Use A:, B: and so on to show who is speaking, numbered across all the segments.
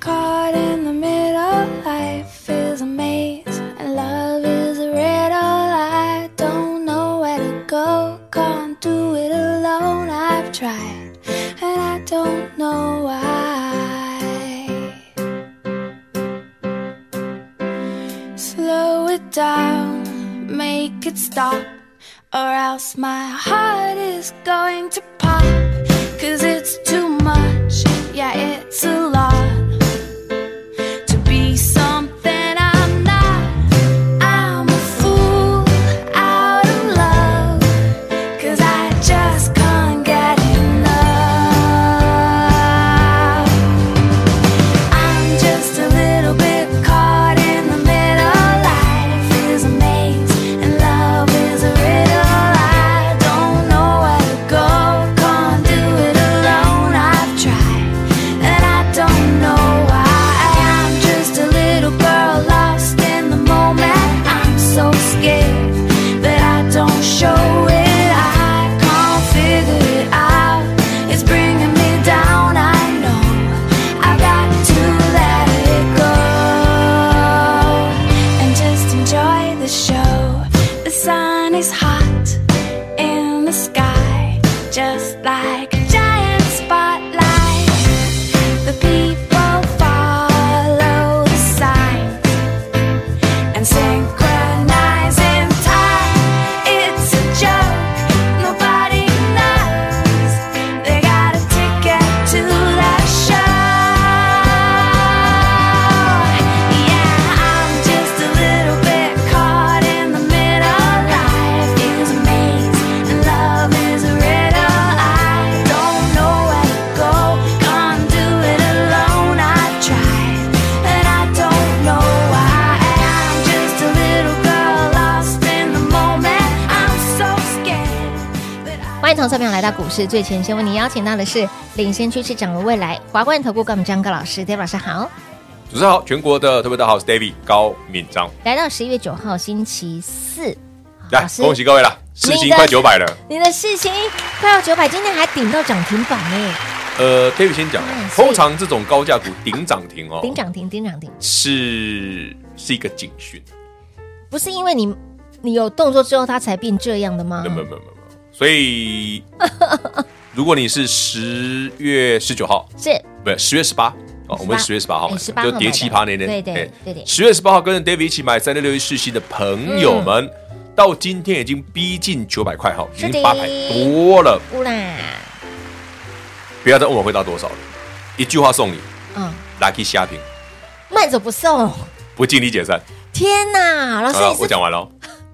A: caught in the middle. Life is a maze, and love is a riddle. I don't know where to go, can't do it alone. I've tried, and I don't know why. Slow it down, make it stop, or else my heart is going to pop. Cause it's too much, yeah, it's a lot to be something I'm not. I'm a fool out of love, cause I just can't get enough. I'm just a little bit caught in the middle. Life is a maze and love is a riddle. I don't know where to go, can't do it alone. I've tried and I don't know why. I'm just a little girl lost in the moment. I'm so scared that I don't show it. I can't figure it out. It's bringing me down. I know I've got to let it go and just enjoy the show. The sun is hot in the sky, just like a giant spotlight. The people follow the sign and synchronize in time. It's a joke, nobody knows. They got a ticket to that show. Yeah, I'm just a little bit caught in the middle. Life is a maze, and love is a riddle. I don't know where to go, can't do it alone. I've tried, and I don't know why. I'm just a little girl lost in the moment. I'm so scared that I.
B: 欢迎投资朋友来到股市最前线，为您邀请到的是领先趋势、掌握未来华冠投顾高敏章高老师，David 老师好。
C: 主持人好，全国的特别大家好，我是 David 高敏章，
B: 来到十一月九号星期四，
C: 来
B: 老师
C: 恭喜各位啦，事情
B: 你的
C: 快九百了。
B: 你的事情快要九百，今天还顶到涨停板呢，
C: 呃，David 先讲
B: 嗯，所以
C: 通常这种高价股顶涨停哦，
B: 顶涨停，顶涨停，
C: 是是一个警讯，
B: 不是因为你你有动作之后它才变这样的吗
C: 没？有没有没有没有，所 以如果你是十月十九号，
B: 是
C: 不是十月十八。哦，我们
B: 18
C: 十月十八号买
B: 哎
C: 的，
B: 18
C: 就跌七趴那
B: 号买的
C: 天。
B: 对对
C: 哎
B: 对对
C: 十月十八号跟着 David 一起买三六六一世新的朋友们，到今天已经逼近九百块哈，已
B: 嗯是的
C: 经八百多了。
B: 乌啦，
C: 不要再问我会到多少了，一句话送你
B: 嗯，
C: lucky 虾饼，
B: 慢走不送。
C: 不尽力解散。
B: 天哪，老师
C: 好了，
B: 你
C: 我
B: 是
C: 讲完了哦，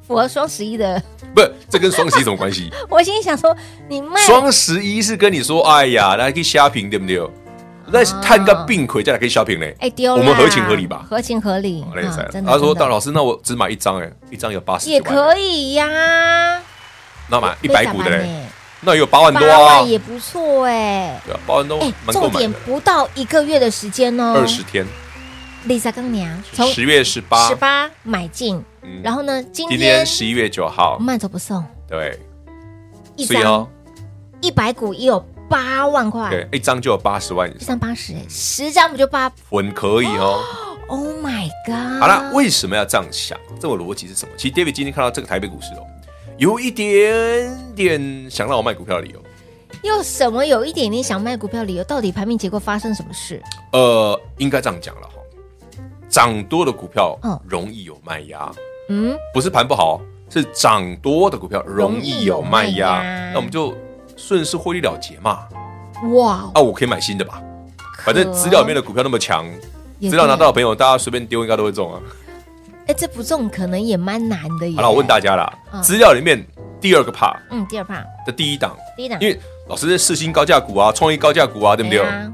B: 符合双十一的，
C: 不是这跟双十一什么关系？
B: 我心里想说你卖
C: 双十一是跟你说，哎呀，lucky 虾饼对不对？那探个病鬼再来可以 shopping 呢？
B: 哦哎丢啦，
C: 我们合情合理吧？
B: 合情合理
C: 好，那也是
B: 真的
C: 他说：“
B: 真的
C: 大老师，那我只买一张，哎，一张有八十
B: 也可以呀，
C: 那买一百股的
B: 没咋
C: 嘞，
B: 办呢，
C: 那也有八万
B: 八
C: 多啊
B: 万，也不错哎。
C: 对啊，八万多
B: 哎，
C: 蛮够
B: 重
C: 买
B: 点
C: 的。
B: 不到一个月的时间哦，
C: 二十天，
B: Lisa 刚娘从
C: 十月十八
B: 十，八买进，
C: 嗯
B: 然后呢，今
C: 今天
B: 天
C: 十一月九号，
B: 慢走不送，
C: 对，
B: 一
C: 所以
B: 张
C: 哦，
B: 一百股也有八万块，
C: 对，一张就有八十万以
B: 一
C: 上，
B: 张八十，哎十张不就八
C: 很可以哦。”
B: ？Oh my god！
C: 好了，为什么要这样想？这个逻辑是什么？其实 David 今天看到这个台北股市哦，有一点点想让我卖股票的理由。
B: 又什么有一点点想卖股票理由？到底盘面结构发生什么事？
C: 呃，应该这样讲了哈，涨多的股票
B: 嗯
C: 容易有卖压，
B: 嗯，
C: 不是盘不好，哦是涨多的股票容易有卖
B: 容易有卖压
C: 压。那我们就顺势获利了结嘛。
B: 哇，
C: 啊，我可以买新的吧，反正资料里面的股票那么强，
B: 啊也对
C: 资料拿到的朋友，大家随便丢应该都会中啊。
B: 哎、这不中可能也蛮难的耶。
C: 好了，我问大家啦
B: 嗯，
C: 资料里面第二个 part
B: 嗯，第二趴，
C: 的第一档。
B: 第一档，
C: 因为老师是四星高价股啊，创意高价股啊，对不对？
B: 哎呀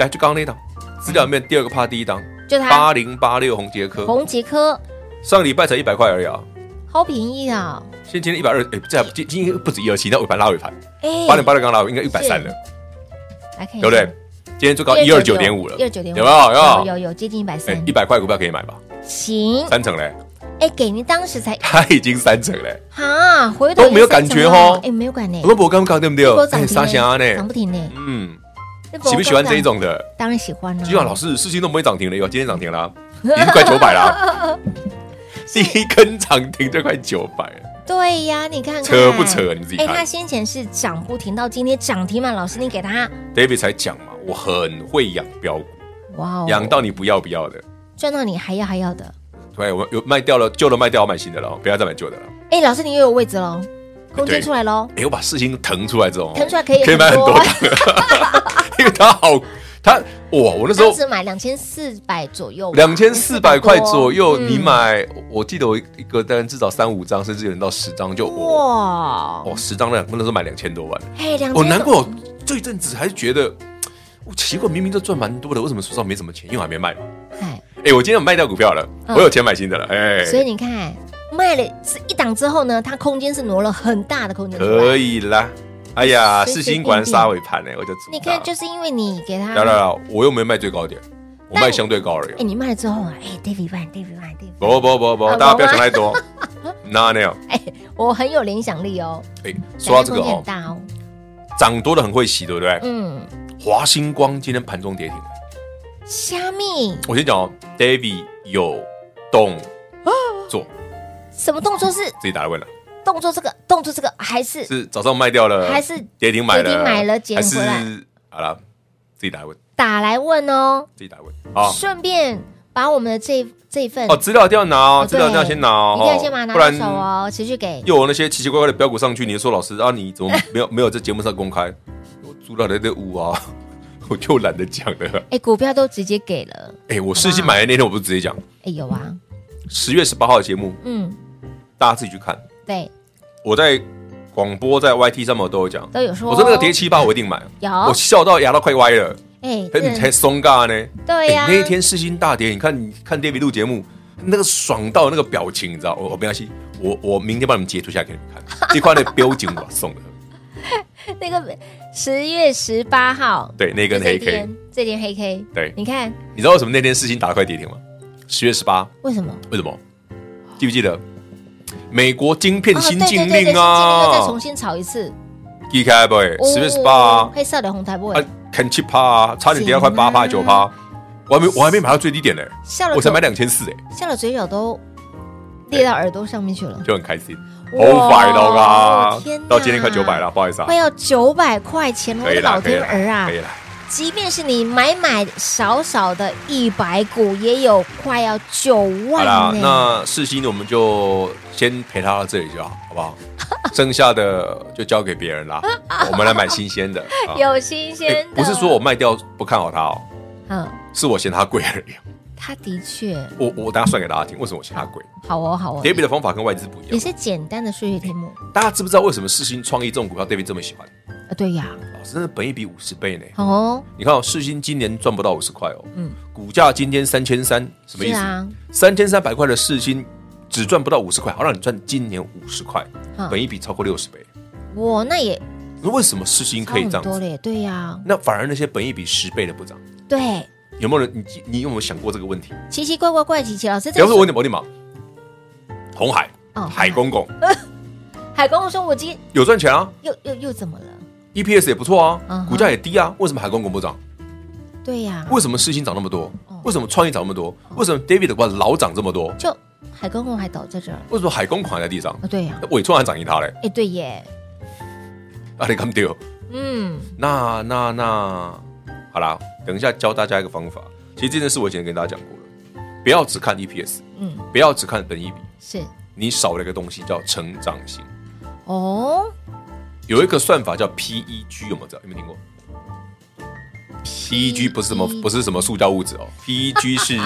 C: 来，就刚刚那一档，资料里面第二个趴第一档，
B: 就它
C: 八零八六红杰科，
B: 嗯红杰科
C: 上礼拜才一百块而已啊，
B: 好便宜啊！
C: 现在今天一百二，哎，这还不今今天不止一二七，那尾盘拉尾盘，
B: 哎
C: 八零八六刚拉尾，应该一百三
B: 是
C: 了，
B: 来看一下，
C: 对不对？今天最高一二九点五了，
B: 一二九点五
C: 有没有？
B: 有
C: 有
B: 有嗯有接近一百
C: 哎
B: 三，
C: 一，百块股票可以买吧？
B: 行，
C: 三成嘞，
B: 哎，给您当时才
C: 它已经三成嘞，
B: 哎哈，回头
C: 都没有感觉哦
B: 哎，没有感呢，
C: 我都不刚刚对不对？
B: 波涨停
C: 三霞
B: 呢，涨
C: 呢？
B: 不停呢，
C: 嗯，
B: 那波
C: 喜不喜欢这一
B: 高
C: 种的？
B: 档？当然喜欢了，
C: 就像老师，事情都不会涨停了，有今天涨停了啊，已经快九百啦， 第一根涨停就快九百了，
B: 对呀，你看看
C: 扯不扯？？你自己
B: 哎，它
C: 看
B: 先前是涨不停，到今天涨停嘛，老师你给它
C: ，David 才讲嘛，我很会养标股，
B: 哇哦，
C: 养到你不要不要的。
B: 赚到你还要还要的。
C: 对，我有卖掉了，旧的卖掉，我买新的了，哦不要再买旧的了。
B: 哎，老师你又有位置喽，空间
C: 哎对
B: 出来喽，
C: 哎、我把事情腾出来之后，哦
B: 腾出来可以啊
C: 可以买很多档， 因为它好，它哇，我那时候
B: 当时买两千四百左右吧，
C: 两千四百块左右，
B: 嗯
C: 你买，我记得我一个单至少三五张，甚至有人到十张就我，
B: 哇，
C: 哦，十张那那时候买两千多万，
B: 嘿，两
C: 我
B: 千，
C: 哦难过，我这一阵子还是觉得，我奇怪，明明就赚蛮多的，为什么手上没什么钱？因为我还没卖嘛。
B: 哎，
C: 哎、我今天有卖掉股票了，
B: 嗯
C: 我有钱买新的了，哎、
B: 所以你看卖了是一档之后呢，它空间是挪了很大的空间出来，
C: 可以啦。哎呀，
B: 随
C: 世
B: 随便
C: 新管
B: 便
C: 杀尾盘呢、我就知道。
B: 你看，就是因为你给他，
C: 来来来，我又没卖最高点，我
B: 但
C: 卖相对高而
B: 哎、
C: 已。哦
B: 你卖了之后啊，哎、d a v i d one，David one，David，
C: 不不不不，
B: 啊
C: 大家不要
B: 我吗
C: 想 太多。那那样，
B: 哎、我很有联想力哦，
C: 哎，说到这
B: 想
C: 个
B: 象空间很
C: 哦，
B: 大哦，
C: 涨多的很会洗，对不对？
B: 嗯，
C: 华星光今天盘中跌停，
B: 虾米
C: 我先讲哦，David 有动作，
B: 什么动作是
C: 自己打来问了，
B: 动作这个动作这个还是
C: 是早上卖掉了，
B: 还是
C: 跌停买了，
B: 跌停买了捡
C: 还是
B: 回来
C: 好了，自己打来问，
B: 打来问哦，
C: 自己打来问啊。
B: 顺便把我们的这这一份
C: 哦，资料一定要拿哦，
B: 哦
C: 资料一定要
B: 对
C: 先拿哦，
B: 一定要先把它拿
C: 不
B: 到手
C: 然
B: 哦，持续给。
C: 又有那些奇奇怪怪的标股上去，你就说老师啊，你怎么没有没有在节目上公开？我租到的那屋啊， 我就懒得讲了。
B: 哎，股票都直接给了，
C: 哎、我事先买的那天，我不是直接讲，
B: 哎，有啊，
C: 十月十八号的节目，
B: 嗯，
C: 大家自己去看。
B: 对，
C: 我在广播在 YT 上面我都有讲，
B: 都有说。
C: 我说那个跌七八我一定买，
B: 有
C: 我笑到牙都快歪了，
B: 哎，
C: 还
B: 真的
C: 还松尬呢。
B: 对呀，
C: 哎那一天世新大跌，你看你看 David 录节目，那个爽到那个表情，你知道？我我没关系，我我明天帮你们截图下来给你们看， 这块的标景我送了，
B: 那个十月十八号，
C: 对，那根
B: 就这
C: 黑
B: 一
C: K，
B: 天，这天黑 K，
C: 对
B: 你看
C: 你知道为什么那天世新打得快跌停吗？十月十八，
B: 为什么？
C: 为什么？记不记得？美国晶片新禁
B: 哦啊对对对
C: 令
B: 对新禁令又再
C: 啊
B: 重，新炒一次，
C: 避开不？十月十八啊
B: 哦，黑色的红台不
C: 啊，肯七趴啊，差点跌到快八趴九
B: 行
C: 趴
B: 啊，
C: 我还没我还没买到最低点呢，
B: 笑了，
C: 我才买两千四哎，
B: 笑了，嘴角都裂到耳朵上面去了，
C: 就很开心，
B: 哇
C: 好快到啊
B: 天哪，
C: 到今天快九百了，不好意思啊
B: 快，要九百块钱了，我
C: 可以
B: 的
C: 啦，
B: 老
C: 可以
B: 天儿
C: 啦，
B: 啊
C: 可！以啦，
B: 即便是你买买少少的一百股，也有快要九
C: 好
B: 万
C: 啦，
B: 呢。
C: 那世新我们就先陪他到这里就好，好 不好？剩下的就交给别人啦，我们来买新鲜的。啊
B: 有新
C: 哎
B: 鲜的，
C: 不是说我卖掉不看好它哦，
B: 嗯，
C: 是我嫌它贵而已。
B: 他的确
C: 我我等下算给大家听，为什么我嫌它贵
B: 好哦，好哦，
C: ？David 的方法跟外资不一
B: 也
C: 样，
B: 是简单的数学题目
C: 大家知不知道为什么世新创意这种股票 David 这么喜欢？
B: 啊，对呀，
C: 老师，那本益比五十倍呢。
B: 哦，
C: 你看、哦，世新今年赚不到五十块哦，
B: 嗯
C: 股价今天三千三，什么意
B: 是
C: 思？
B: 啊，
C: 三千三百块的世新只赚不到五十块，好让你赚今年五十块
B: 嗯，
C: 本益比超过六十倍。
B: 我那也
C: 那为什么世新
B: 差
C: 可以
B: 很
C: 这样
B: 多
C: 子？
B: 嘞，对呀，
C: 那反而那些本益比十倍的不涨，
B: 对，
C: 有没有人？你你有没有想过这个问题？
B: 奇奇怪怪怪奇奇老师，
C: 比
B: 这
C: 方
B: 个
C: 说，我问你，我问你嘛，红海
B: 哦，
C: 海公公
B: 海公公说，我今天
C: 有赚钱啊
B: 又又又怎么了？
C: ，EPS 也不错
B: 嗯
C: 啊，
B: 哼
C: 股价也低啊，为什么海公公不涨？
B: 对呀，
C: 为什么世新涨那么多
B: 哦？
C: 为什么创意涨那么多？为什么 David 的话老涨这么多？
B: 就海公公还倒在这儿
C: 为什么海公款在地上？
B: 啊，对呀，
C: 伟创还涨赢他嘞？
B: 哎，对耶，
C: 啊，你看丢？
B: 嗯，
C: 那那那，好啦，等一下教大家一个方法。其实这件事我以前跟大家讲过了，不要只看 EPS，
B: 嗯，
C: 不要只看本益比，
B: 是
C: 你少了一个东西叫成长型。
B: 哦
C: 有一个算法叫 PEG，有没有知道？有没有听过？PEG 不是什么
B: 嗯
C: 不是什么塑胶物质哦 ，PEG 是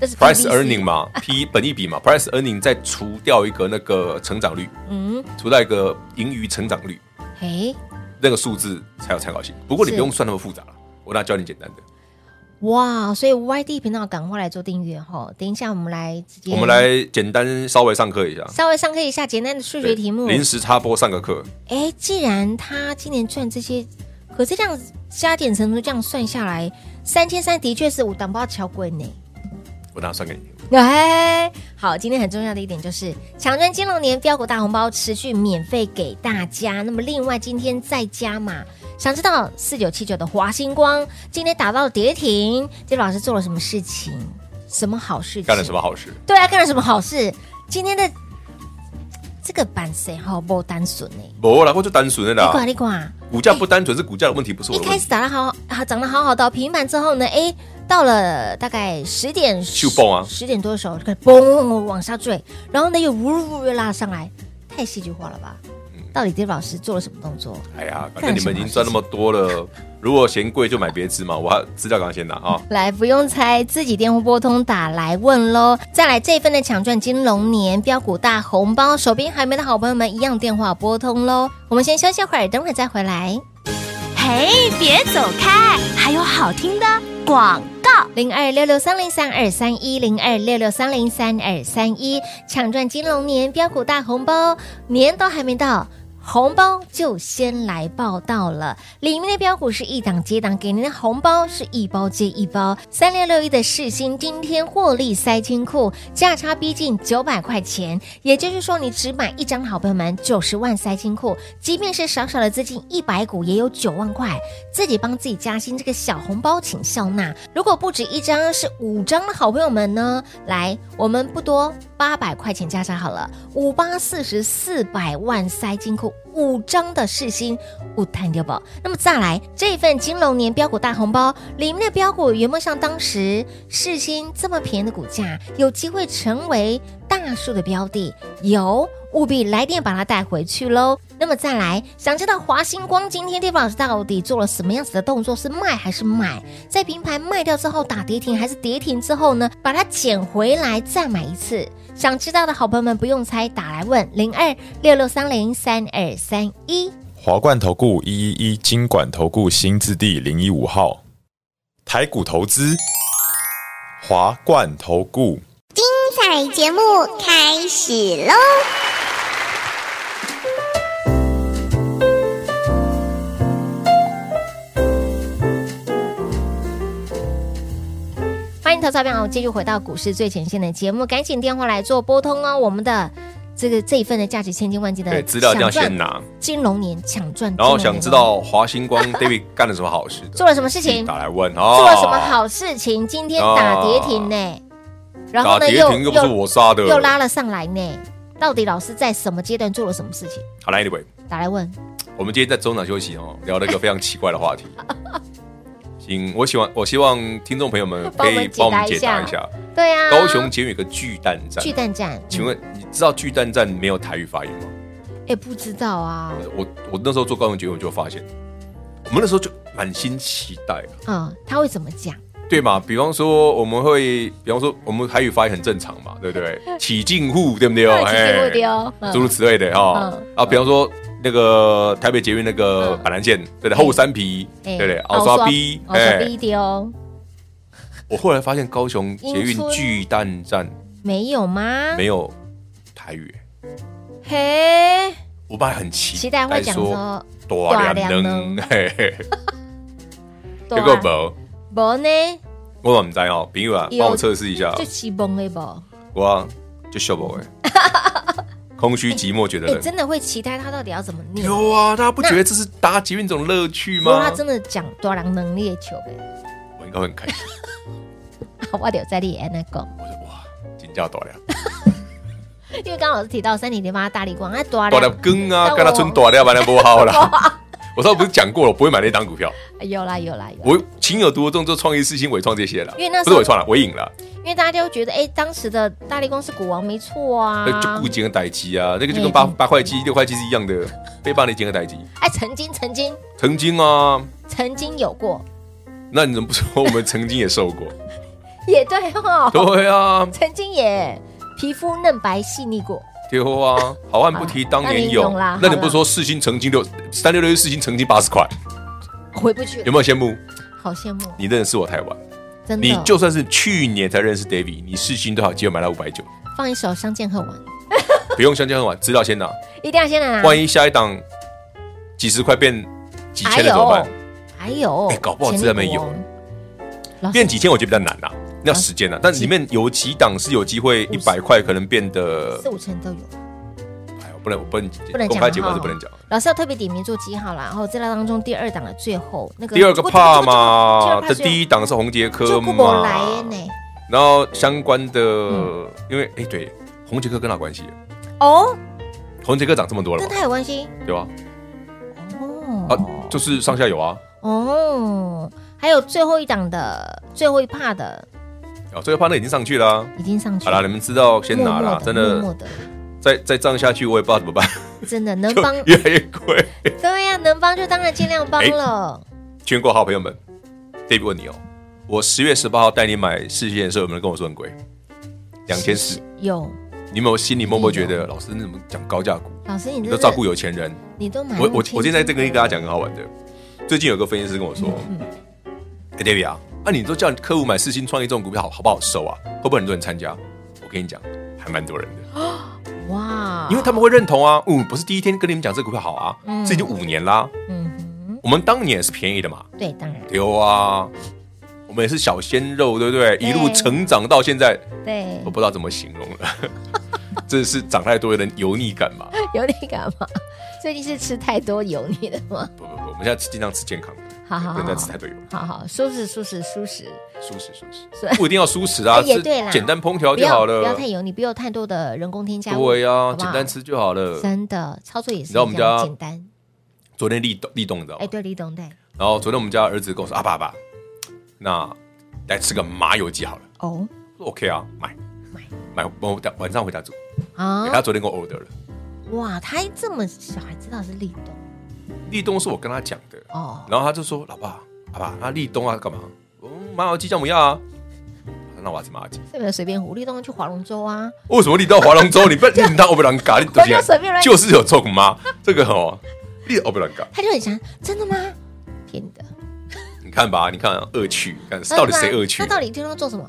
B: 这是
C: price
B: PVC
C: earning 嘛，P 本益比嘛，price earning 再除掉一个那个成长率，
B: 嗯，
C: 除掉一个盈余成长率，
B: 哎，
C: 那个数字才有参考性。不过你
B: 是
C: 不用算那么复杂了，我那教你简单的。
B: 哇！所以 YD 频道赶快来做订阅哈！等一下我们来直接，
C: 我们来简单稍微上课一下
B: 稍微上课一下简单的数学题目。
C: 临时插播上个课，
B: 哎，既然他今年赚这些，可是这样加减乘除这样算下来，三千三的确是我挡不到桥贵呢。
C: 我拿算给你。
B: 哎， 好，今天很重要的一点就是强征金融年标股大红包持续免费给大家。那么另外今天再加码，想知道四九七九的华星光今天打到跌停，杰老师做了什么事情？什么好事情？
C: 干了什么？好事？
B: 对啊，干了什么好事？今天的这个版谁好不单纯呢、
C: 没啦，我就单纯的
B: 你管
C: 啦，
B: 你管，
C: 股价不单纯是股价的问题，不是我
B: 一
C: 的
B: 开
C: 问题。
B: 始打得好好，涨得好好的平盘之后呢，哎，到了大概十点
C: 咻蹦啊
B: 十点多的时候就开始嘣往下坠，然后呢又呜呜又拉上来，太戏剧化了吧？
C: 嗯
B: 到底 Dave 老师做了什么动作？
C: 哎呀，
B: 干
C: 反正你
B: 什么
C: 们已经赚那么多了，如果嫌贵就买别只嘛，我还资料赶快先拿啊。
B: 来，不用猜，自己电话拨通打来问喽。再来这份的抢赚金龙年标股大红包，手边还没的好朋友们一样电话拨通喽。我们先休息会儿，等会儿再回来。
D: 嘿，别走开，还有好听的广告。
B: 零二六六三零三二三一零二六六三零三二三一，抢赚金龙年标股大红包，年都还没到。红包就先来报到了，里面的标股是一档接档，给您的红包是一包接一包。三六六一的世新今天获利塞金库，价差逼近九百块钱，也就是说你只买一张的好朋友们九十万塞金库，即便是少少的资金一百股也有九万块，自己帮自己加薪这个小红包请笑纳。如果不止一张，是五张的好朋友们呢，来，我们不多八百块钱加上好了，五八四十四百万塞金库，五张的世新五探碉堡。那么再来这份金龙年标股大红包，里面的标股有没有像当时世新这么便宜的股价，有机会成为大树的标的？有。务必来电把它带回去喽。那么再来，想知道华星光今天地方老师到底做了什么样子的动作？是卖还是买？在平盘卖掉之后打跌停，还是跌停之后呢，把它捡回来再买一次？想知道的好朋友们不用猜，打来问零二六六三零三二三一。
E: 华冠投顾一一一金管投顾新字第零一五号，台股投资，华冠投顾。
F: 彩节目开始喽！
B: 欢迎投资朋友继续回到股市最前线的节目，赶紧电话来做拨通哦。我们的这个这一份的价值千金万金的
C: 对，资料一定要
B: 抢赚
C: 先拿。
B: 金融年抢赚金融年，
C: 然后想知道华星光 David 干了什么好事的，
B: 做了什么事情，
C: 打来问啊，
B: 做了什么？好事情，今天打跌停呢，然后
C: 打
B: 呢
C: 跌
B: 又
C: 停又不是我杀的，
B: 又拉了上来呢。到底老师在什么阶段做了什么事情？
C: 好了，Anyway，
B: 打来问，
C: 我们今天在中场休息哦，聊了一个非常奇怪 的话题。行，我希望我希望听众朋友们可以
B: 帮我
C: 帮我
B: 们
C: 们
B: 解
C: 解
B: 答一
C: 答
B: 下
C: 一下，
B: 对啊，
C: 高雄前有一个巨蛋站
B: 巨，蛋站，
C: 请问你知道巨蛋站没有台语发音吗？
B: 哎、不知道啊，
C: 我我那时候做高雄节目就发现，我们那时候就满心期待啊，
B: 嗯，他会怎么讲？
C: 对嘛？比方说我们会，比方说我们台语发音很正常嘛，对 不对？起进户，对不对？
B: 对起进户对哦
C: 哎诸如此类的哈
B: 嗯。
C: 啊，比方说那个台北捷运那个板南线，对不对？后山皮，对
B: 哎
C: 不对？奥刷 B，哎
B: 奥刷 B 的哦，
C: 我后来发现高雄捷
B: 英
C: 运
B: 村嗯
C: 巨蛋站
B: 没有吗？
C: 没有台语，
B: 嘿，
C: 我爸很期
B: 期待会讲说
C: 大
B: 大
C: 两
B: 两
C: 能，嘿嘿嘿
B: 对
C: 结
B: 啊
C: 果无。
B: 无呢，
C: 我唔知哦，朋友啊，
B: 有
C: 帮我测试一下哦
B: 就，起崩了不？
C: 我啊就笑不哎， 空虚寂寞觉得
B: 哎、
C: 冷。
B: 真的会期待他到底要怎么念？
C: 有啊，大家不觉得这是搭捷运这种乐趣
B: 如果他
C: 吗？
B: 真的讲多狼能力球 呗，
C: 我应该会很开心。
B: 我留在你安那讲，
C: 我说哇，金价多了，
B: 因为刚刚老师提到三点零八大力光，那多
C: 多了
B: 狼
C: 更啊，
B: 那
C: 跟他
B: 我
C: 村多了，把那不好 啦。 我上次不是讲过了，我不会买那档股票，
B: 有啦有啦有啦，
C: 我情有独钟，做创意、事情、伟创这些了。
B: 因为那时
C: 不
B: 候
C: 是伟创了，伟影了，
B: 因为大家就会觉得，哎、当时的大力光是股王，没错啊，
C: 那哎就固金和代机啊，那个就跟
B: 嗯
C: 八八块鸡、六块鸡是一样的，被八年金和代机。
B: 哎，曾经曾经
C: 曾经啊，
B: 曾经有过，
C: 那你怎么不说我们曾经也 受过？
B: 也对哦，
C: 对啊，
B: 曾经也皮肤嫩白细腻过，
C: 对啊，好汉不提当年
B: 好 啦当年勇
C: 勇
B: 啦。
C: 那
B: 好
C: 你
B: 啦
C: 不是说四星曾经六三六六四星曾经八十块，
B: 回不去了
C: 有，没有羡慕？
B: 好羡慕。
C: 你认识我太晚，
B: 真的
C: 你就算是去年才认识 David，你试新都好，结果买到五百九，
B: 放一首《相见恨晚》，
C: 不用相见恨晚，知道先拿。
B: 一定要先来拿。
C: 万一下一档几十块变几千了怎么办？
B: 还有，
C: 哎搞不好真的没
B: 潜
C: 有
B: 力股哦老师
C: 变几千我觉得比较难啦、那要时间啦、但里面有几档是有机会一百块可能变得
B: 四，五成都有，
C: 哎呦，不能我不能
B: 不能讲
C: 公开结果是
B: 哈
C: 不能讲。
B: 老师要特别点名做记号啦，然后资料当中第二档的最后那个
C: 第二个怕嘛，这
B: 这
C: 第
B: 一
C: 一档是红杰科
B: 就顾不
C: 嘛
B: 来，耶呢。
C: 然后相关的，因为哎、对，红杰科跟哪关系？
B: 哦，
C: 红杰科涨这么多了
B: 跟
C: 嘛，
B: 他有关系
C: 对吧？
B: 哦。
C: 啊，就是上下游啊，
B: 哦，还有最后一档的最后一帕的
C: 啊，最后怕那已经上去啦、
B: 已经上去
C: 好啦，你们知道先拿
B: 默默
C: 啦，
B: 地
C: 真
B: 默默
C: 的
B: 的，
C: 再再涨下去我也不知道怎么办，
B: 真的能
C: 就
B: 帮
C: 越来越贵。
B: 对呀，能帮就当然尽量帮
C: 哎
B: 了。
C: 全国好朋友们，David 问你哦，我十月十八号带你买世界的时候，有没有人跟我说很贵？两千四，
B: 有
C: 你有没有心里默默觉
B: 没
C: 得老师你怎么讲高价股？
B: 老师，你
C: 你
B: 真
C: 都
B: 的
C: 照顾有钱人，
B: 你都买
C: 我
B: 那么
C: 我
B: 清
C: 我现在
B: 楚
C: 在跟你跟大家讲个好玩的，最近有个分析师跟我说，
B: 嗯
C: 哎、d a v i d 啊，那、你都叫客户买四星创业这种股票好好不好收啊？会不会很多人参加？我跟你讲，还蛮多人的，
B: 哇，
C: 因为他们会认同啊，嗯，不是第一天跟你们讲这个股票好啊，
B: 嗯
C: 这已经五年啦，
B: 嗯
C: 我们当年也是便宜的嘛，
B: 哼，对，当然
C: 丢啊，我们也是小鲜肉，对不对？
B: 对
C: 一路成长到现在，
B: 对
C: 我，不知道怎么形容了， 这是长太多的油腻感嘛？
B: 有点感冒，最近是吃太多油腻的吗？
C: 不不不，我们现在尽量吃健康的，
B: 好好好
C: 不能再吃太多油了。
B: 好好，舒适舒适舒适，
C: 舒适舒
B: 是
C: 适，不一定要舒适啊，
B: 哎也
C: 是
B: 对啦
C: 简单烹调
B: 不
C: 就
B: 要
C: 好
B: 不要
C: 了
B: 太。油腻，不要太多的人工添加物，
C: 对呀
B: 好，不好
C: 简单，吃就好了。
B: 真的操作也是
C: 你知道我们
B: 一样
C: 家哦
B: 简单。
C: 昨天立冬立冬，你知道
B: 哎，
C: 吗？
B: 对，李董对，
C: 然后昨天我们家儿子跟我说：“啊爸爸，那来吃个麻油鸡好了。
B: 哦”
C: 我说：“OK 啊，买买买，我等晚上回家煮。”
B: 啊
C: 他昨天跟我 order 了。
B: 哇，他还这么小还知道是立冬
C: 立冬是我跟他讲的，
B: 哦，
C: 然后他就说：“老爸，老爸，那立冬啊干嘛？我说麻油鸡叫我要啊。”那我要吃麻油鸡。
B: 这没有随便胡，立冬要去划龙舟啊，
C: 为什么立冬华龙舟？你不要你当欧布兰嘎，你
B: 我就随便乱
C: 就是有中吗？这个哦，立欧布兰嘎。
B: 他就很想，真的吗？骗的，
C: 你看吧，你看恶趣，看到底谁恶趣
B: 嗯那？到底立冬做什么？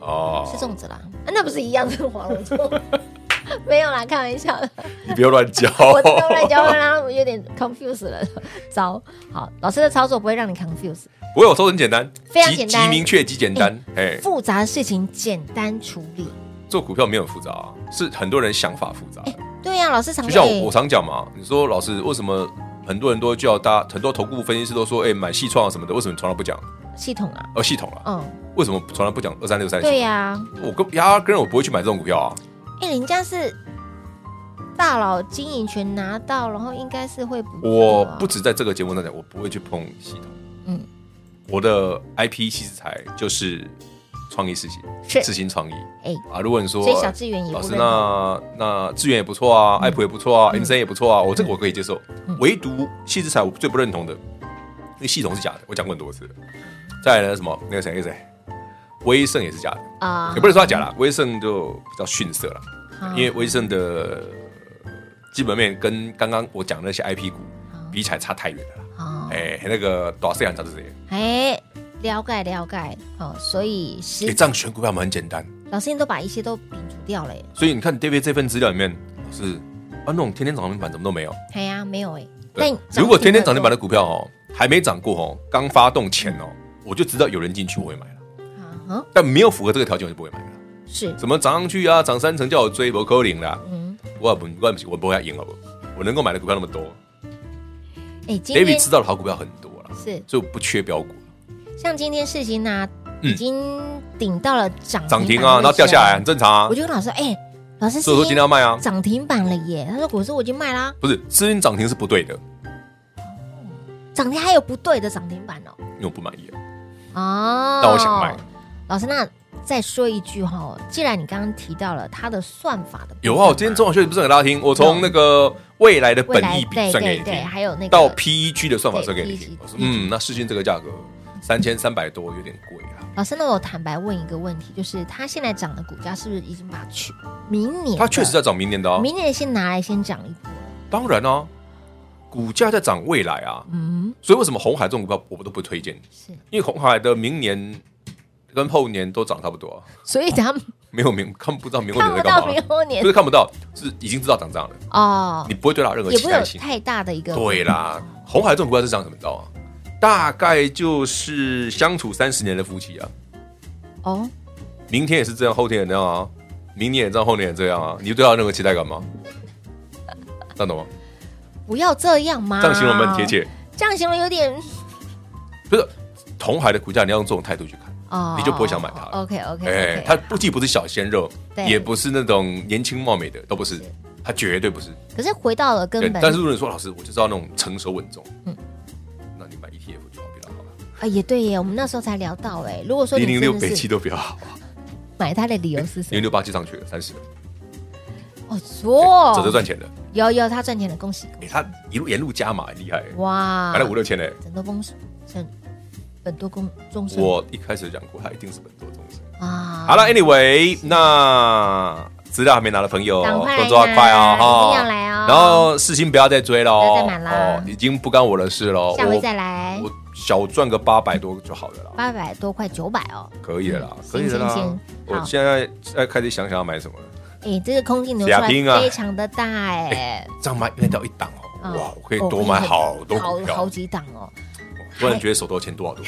B: 哦，吃
C: 哦，
B: 粽子啦，啊那不是一样是划龙舟？ 没有啦，开玩笑的，
C: 你不要乱教。
B: 我这个乱教会让他们有点 confuse 了。 糟，好，老师的操作不会让你 confuse，
C: 我有说很简单，
B: 非常
C: 极
B: 简单
C: 极明确，极简单。哎，
B: 复杂的事情简单处理。
C: 做股票没有很复杂啊，是很多人想法复杂。
B: 对呀、老师常
C: 就像
B: 哎
C: 我我常讲嘛，你说老师为什么很多人都叫大家，很多投顾分析师都说，哎，买细创啊什么的，为什么从来不讲？
B: 系统啊，
C: 呃，系统啊，
B: 嗯，
C: 为什么从来不讲二三六三？
B: 对呀、
C: 我跟压根儿我不会去买这种股票啊。
B: 哎、人家是大佬经营权拿到，然后应该是会不错
C: 我
B: 啊
C: 不止在这个节目上讲，我不会去碰系统。
B: 嗯
C: 嗯，我的 IP 其实才就是创意事情，
B: 是
C: 事情创意。
B: 哎
C: 啊，如果你说
B: 所以小志远也不
C: 老师，
B: 认嗯
C: 那那志远也不错啊，爱普也不错啊，林森也不错啊，我这个我可以接受。唯独谢志才我最不认同的，因为系统是假的，我讲过很多次了。再来呢，什么那个谁那个谁，威盛也是假的，
B: 啊
C: 也不能说他假啦，威盛就比较逊色了，
B: 啊
C: 因为威盛的基本面跟刚刚我讲的那些 IP 股比起来差太远了啦。
B: 啊，
C: 哎，那个短线很长是谁？
B: 哎、了解了解，哦，所以实、
C: 哎，这样选股票嘛很简单，
B: 老师你都把一些都摒除掉了耶，
C: 所以你看 David 这份资料里面是啊那种天天涨停板怎么都没有。
B: 哎呀、没有哎、
C: 对
B: 但
C: 如果天天涨
B: 停
C: 停板的股票哦，还没涨过哦，刚发动前哦，我就知道有人进去我会买了，
B: 啊，嗯
C: 但没有符合这个条件我就不会买了。
B: 是
C: 什么涨上去啊，涨三成叫我追，不扣零啦。
B: 嗯，
C: 我不我不我不会赢好不好？我能够买的股票那么多
B: 哎、今天哦
C: ，David 知道的好股票很多啦，
B: 是
C: 所以我不缺标股。
B: 像今天事情呢、
C: 嗯
B: 已经顶到了涨
C: 涨停
B: 板
C: 啊，
B: 的
C: 然后掉下来
B: 位
C: 很
B: 置
C: 正常
B: 啊，
C: 啊
B: 我，就跟老师哎、老师，
C: 所以我说今天要卖啊。
B: 涨停板了耶，他说我说我已经卖啦，
C: 不是，资金涨停是不对的，
B: 涨停还有不对的涨停板哦，
C: 因为我不满意啊。
B: 哦，
C: 但我想卖。
B: 老师，那再说一句哈、既然你刚刚提到了它的算法的部分嘛，
C: 有啊，我今天中小学不是很大家听，我从那个未来的
B: 哦未
C: 本
B: 来
C: 益比
B: 对
C: 算给
B: 对
C: 你
B: 对，
C: 听，
B: 还有那个
C: 到 PEG 的算法算给你
B: 对 E
C: 听
B: PEG。
C: 我说，嗯，那试训这个价格三千三百多，有点贵啊。
B: 老师，那我坦白问一个问题，就是它现在涨的股价是不是已经把去明年的啊
C: 它确实要涨明年的哦，
B: 明年的先拿来先涨一波了？
C: 当然啊，股价在涨未来啊，
B: 嗯，
C: 所以为什么红海这种股票我都不推荐？
B: 是
C: 因为红海的明年跟后年都长差不多啊，
B: 所以咱们
C: 没有明看不知道明后
B: 看
C: 年在
B: 不
C: 干
B: 到
C: 嘛，
B: 明后年
C: 不是看不到，是已经知道长这样了，
B: 哦
C: 你，不会对他任何
B: 也
C: 期
B: 不会有
C: 待性。
B: 太大的一个
C: 对啦，红海这种股票是长什么？你知道吗？大概就是相处三十年的夫妻啊，
B: 哦，
C: 明天也是这样，后天也那样啊，明年也这样，后年也这样啊，你对他有任何期待干嘛？这样懂吗？
B: 不要这样嘛，
C: 这样形容蛮贴，切。
B: 这样形容有点
C: 不是红海的股价，你要用这种态度去看。
B: 哦，
C: 你就不会想买它了
B: OK OK，
C: 哎、它不既不是小鲜肉，
B: 对
C: 也不是那种年轻貌美的，都不是，它绝对不是。
B: 可是回到了
C: 对
B: 根，本，
C: 哎但是如果你说老师，我就知道那种成熟稳重，
B: 嗯
C: 那你买 ETF 就好比较好了。
B: 啊，也对耶，我们那时候才聊到哎，如果说你
C: 零零六
B: 真的
C: 北
B: 是
C: 汽都比较好，啊
B: 买它的理由是什
C: 零
B: 么？
C: 六八七上去了三十，哎
B: 哦，
C: 对折着
B: 说
C: 赚钱的，
B: 有有他赚钱的，恭喜
C: 哎、它一路沿路加码，很厉害、
B: 哇
C: 买，了五六千呢、
B: 整多公升，本多公终身
C: 我一开始就讲过，它一定是本多终身。
B: 啊，
C: 好了，Anyway，那资料还没拿的朋友，
B: 赶快来
C: 动作要快
B: 拿
C: 哦，
B: 一
C: 哈
B: 定要来哦
C: 然后事情不要再追了
B: 不要
C: 哦，
B: 再买啦
C: 哦已经不干我的事了。
B: 下回
C: 我
B: 再来
C: 我小赚个八百多就好了啦，
B: 八百多块九百哦，
C: 可以了啦
B: 嗯，
C: 可以了
B: 行
C: 啦
B: 行。行
C: 我
B: 好
C: 现在在开始想想要买什么了，
B: 哎，这个空间流出来
C: 假拼啊
B: 非常的大哎，
C: 这样买应该到一档
B: 啊
C: 哦，哇，我可以多买好多
B: 好
C: 股
B: 好
C: 票，
B: 几档哦。
C: 突然觉得手头钱多好多。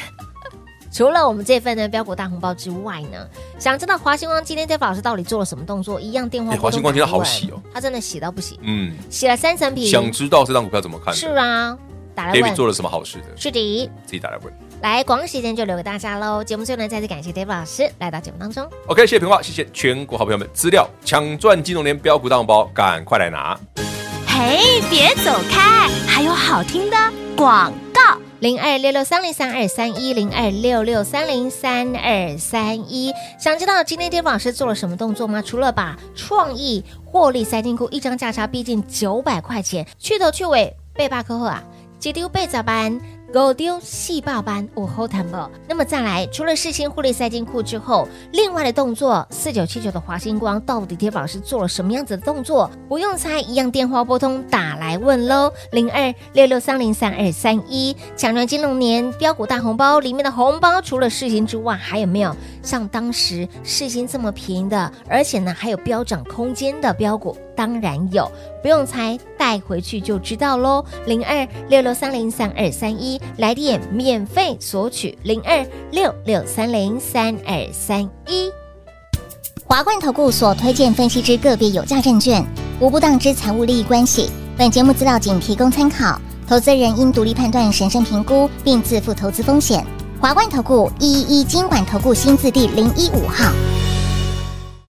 B: 除了我们这份呢标股大红包之外呢，想知道华星光今天 Jeff 老师到底做了什么动作？一样电话
C: 哎华星光今天好洗哦，
B: 他真的洗到不行，
C: 嗯，
B: 洗了三层皮。
C: 想知道这档股票怎么看的？
B: 是啊，打来
C: David
B: 问
C: 做了什么好事的？
B: 是的，
C: 自己打来问。
B: 来广喜间就留给大家喽。节目最后呢，再次感谢 David 老师来到节目当中。
C: OK，谢谢平话，谢谢全国好朋友们，资料抢赚金融联标股大红包，赶快来拿！
D: 嘿，别走开，还有好听的广告。
B: 零二六六三零三二三一零二六六三零三二三一。想知道今天 Dave 老师做了什么动作吗？除了把创意获利塞进库，一张价差逼近九百块钱，去头去尾被霸客户啊，一丢被砸班。狗丢细霸班，我后谈不。那么再来，除了事先获利塞进库之后，另外的动作四九七九的华星光到底 d a 老师做了什么样子的动作？不用猜，一样电话拨通打来问喽，零二六六三零三二三一。抢赚金龙年标股大红包里面的红包，除了事情之外，还有没有像当时事情这么便宜的，而且呢还有飙涨空间的标股？当然有，不用猜，带回去就知道喽。零二六六三零三二三一，来电免费索取零二六六三零三二三一。
F: 华冠投顾所推荐分析之个别有价证券，无不当之财务利益关系。本节目资料仅提供参考，投资人应独立判断、审慎评估，并自负投资风险。华冠投顾一一一金管投顾新字第零一五号。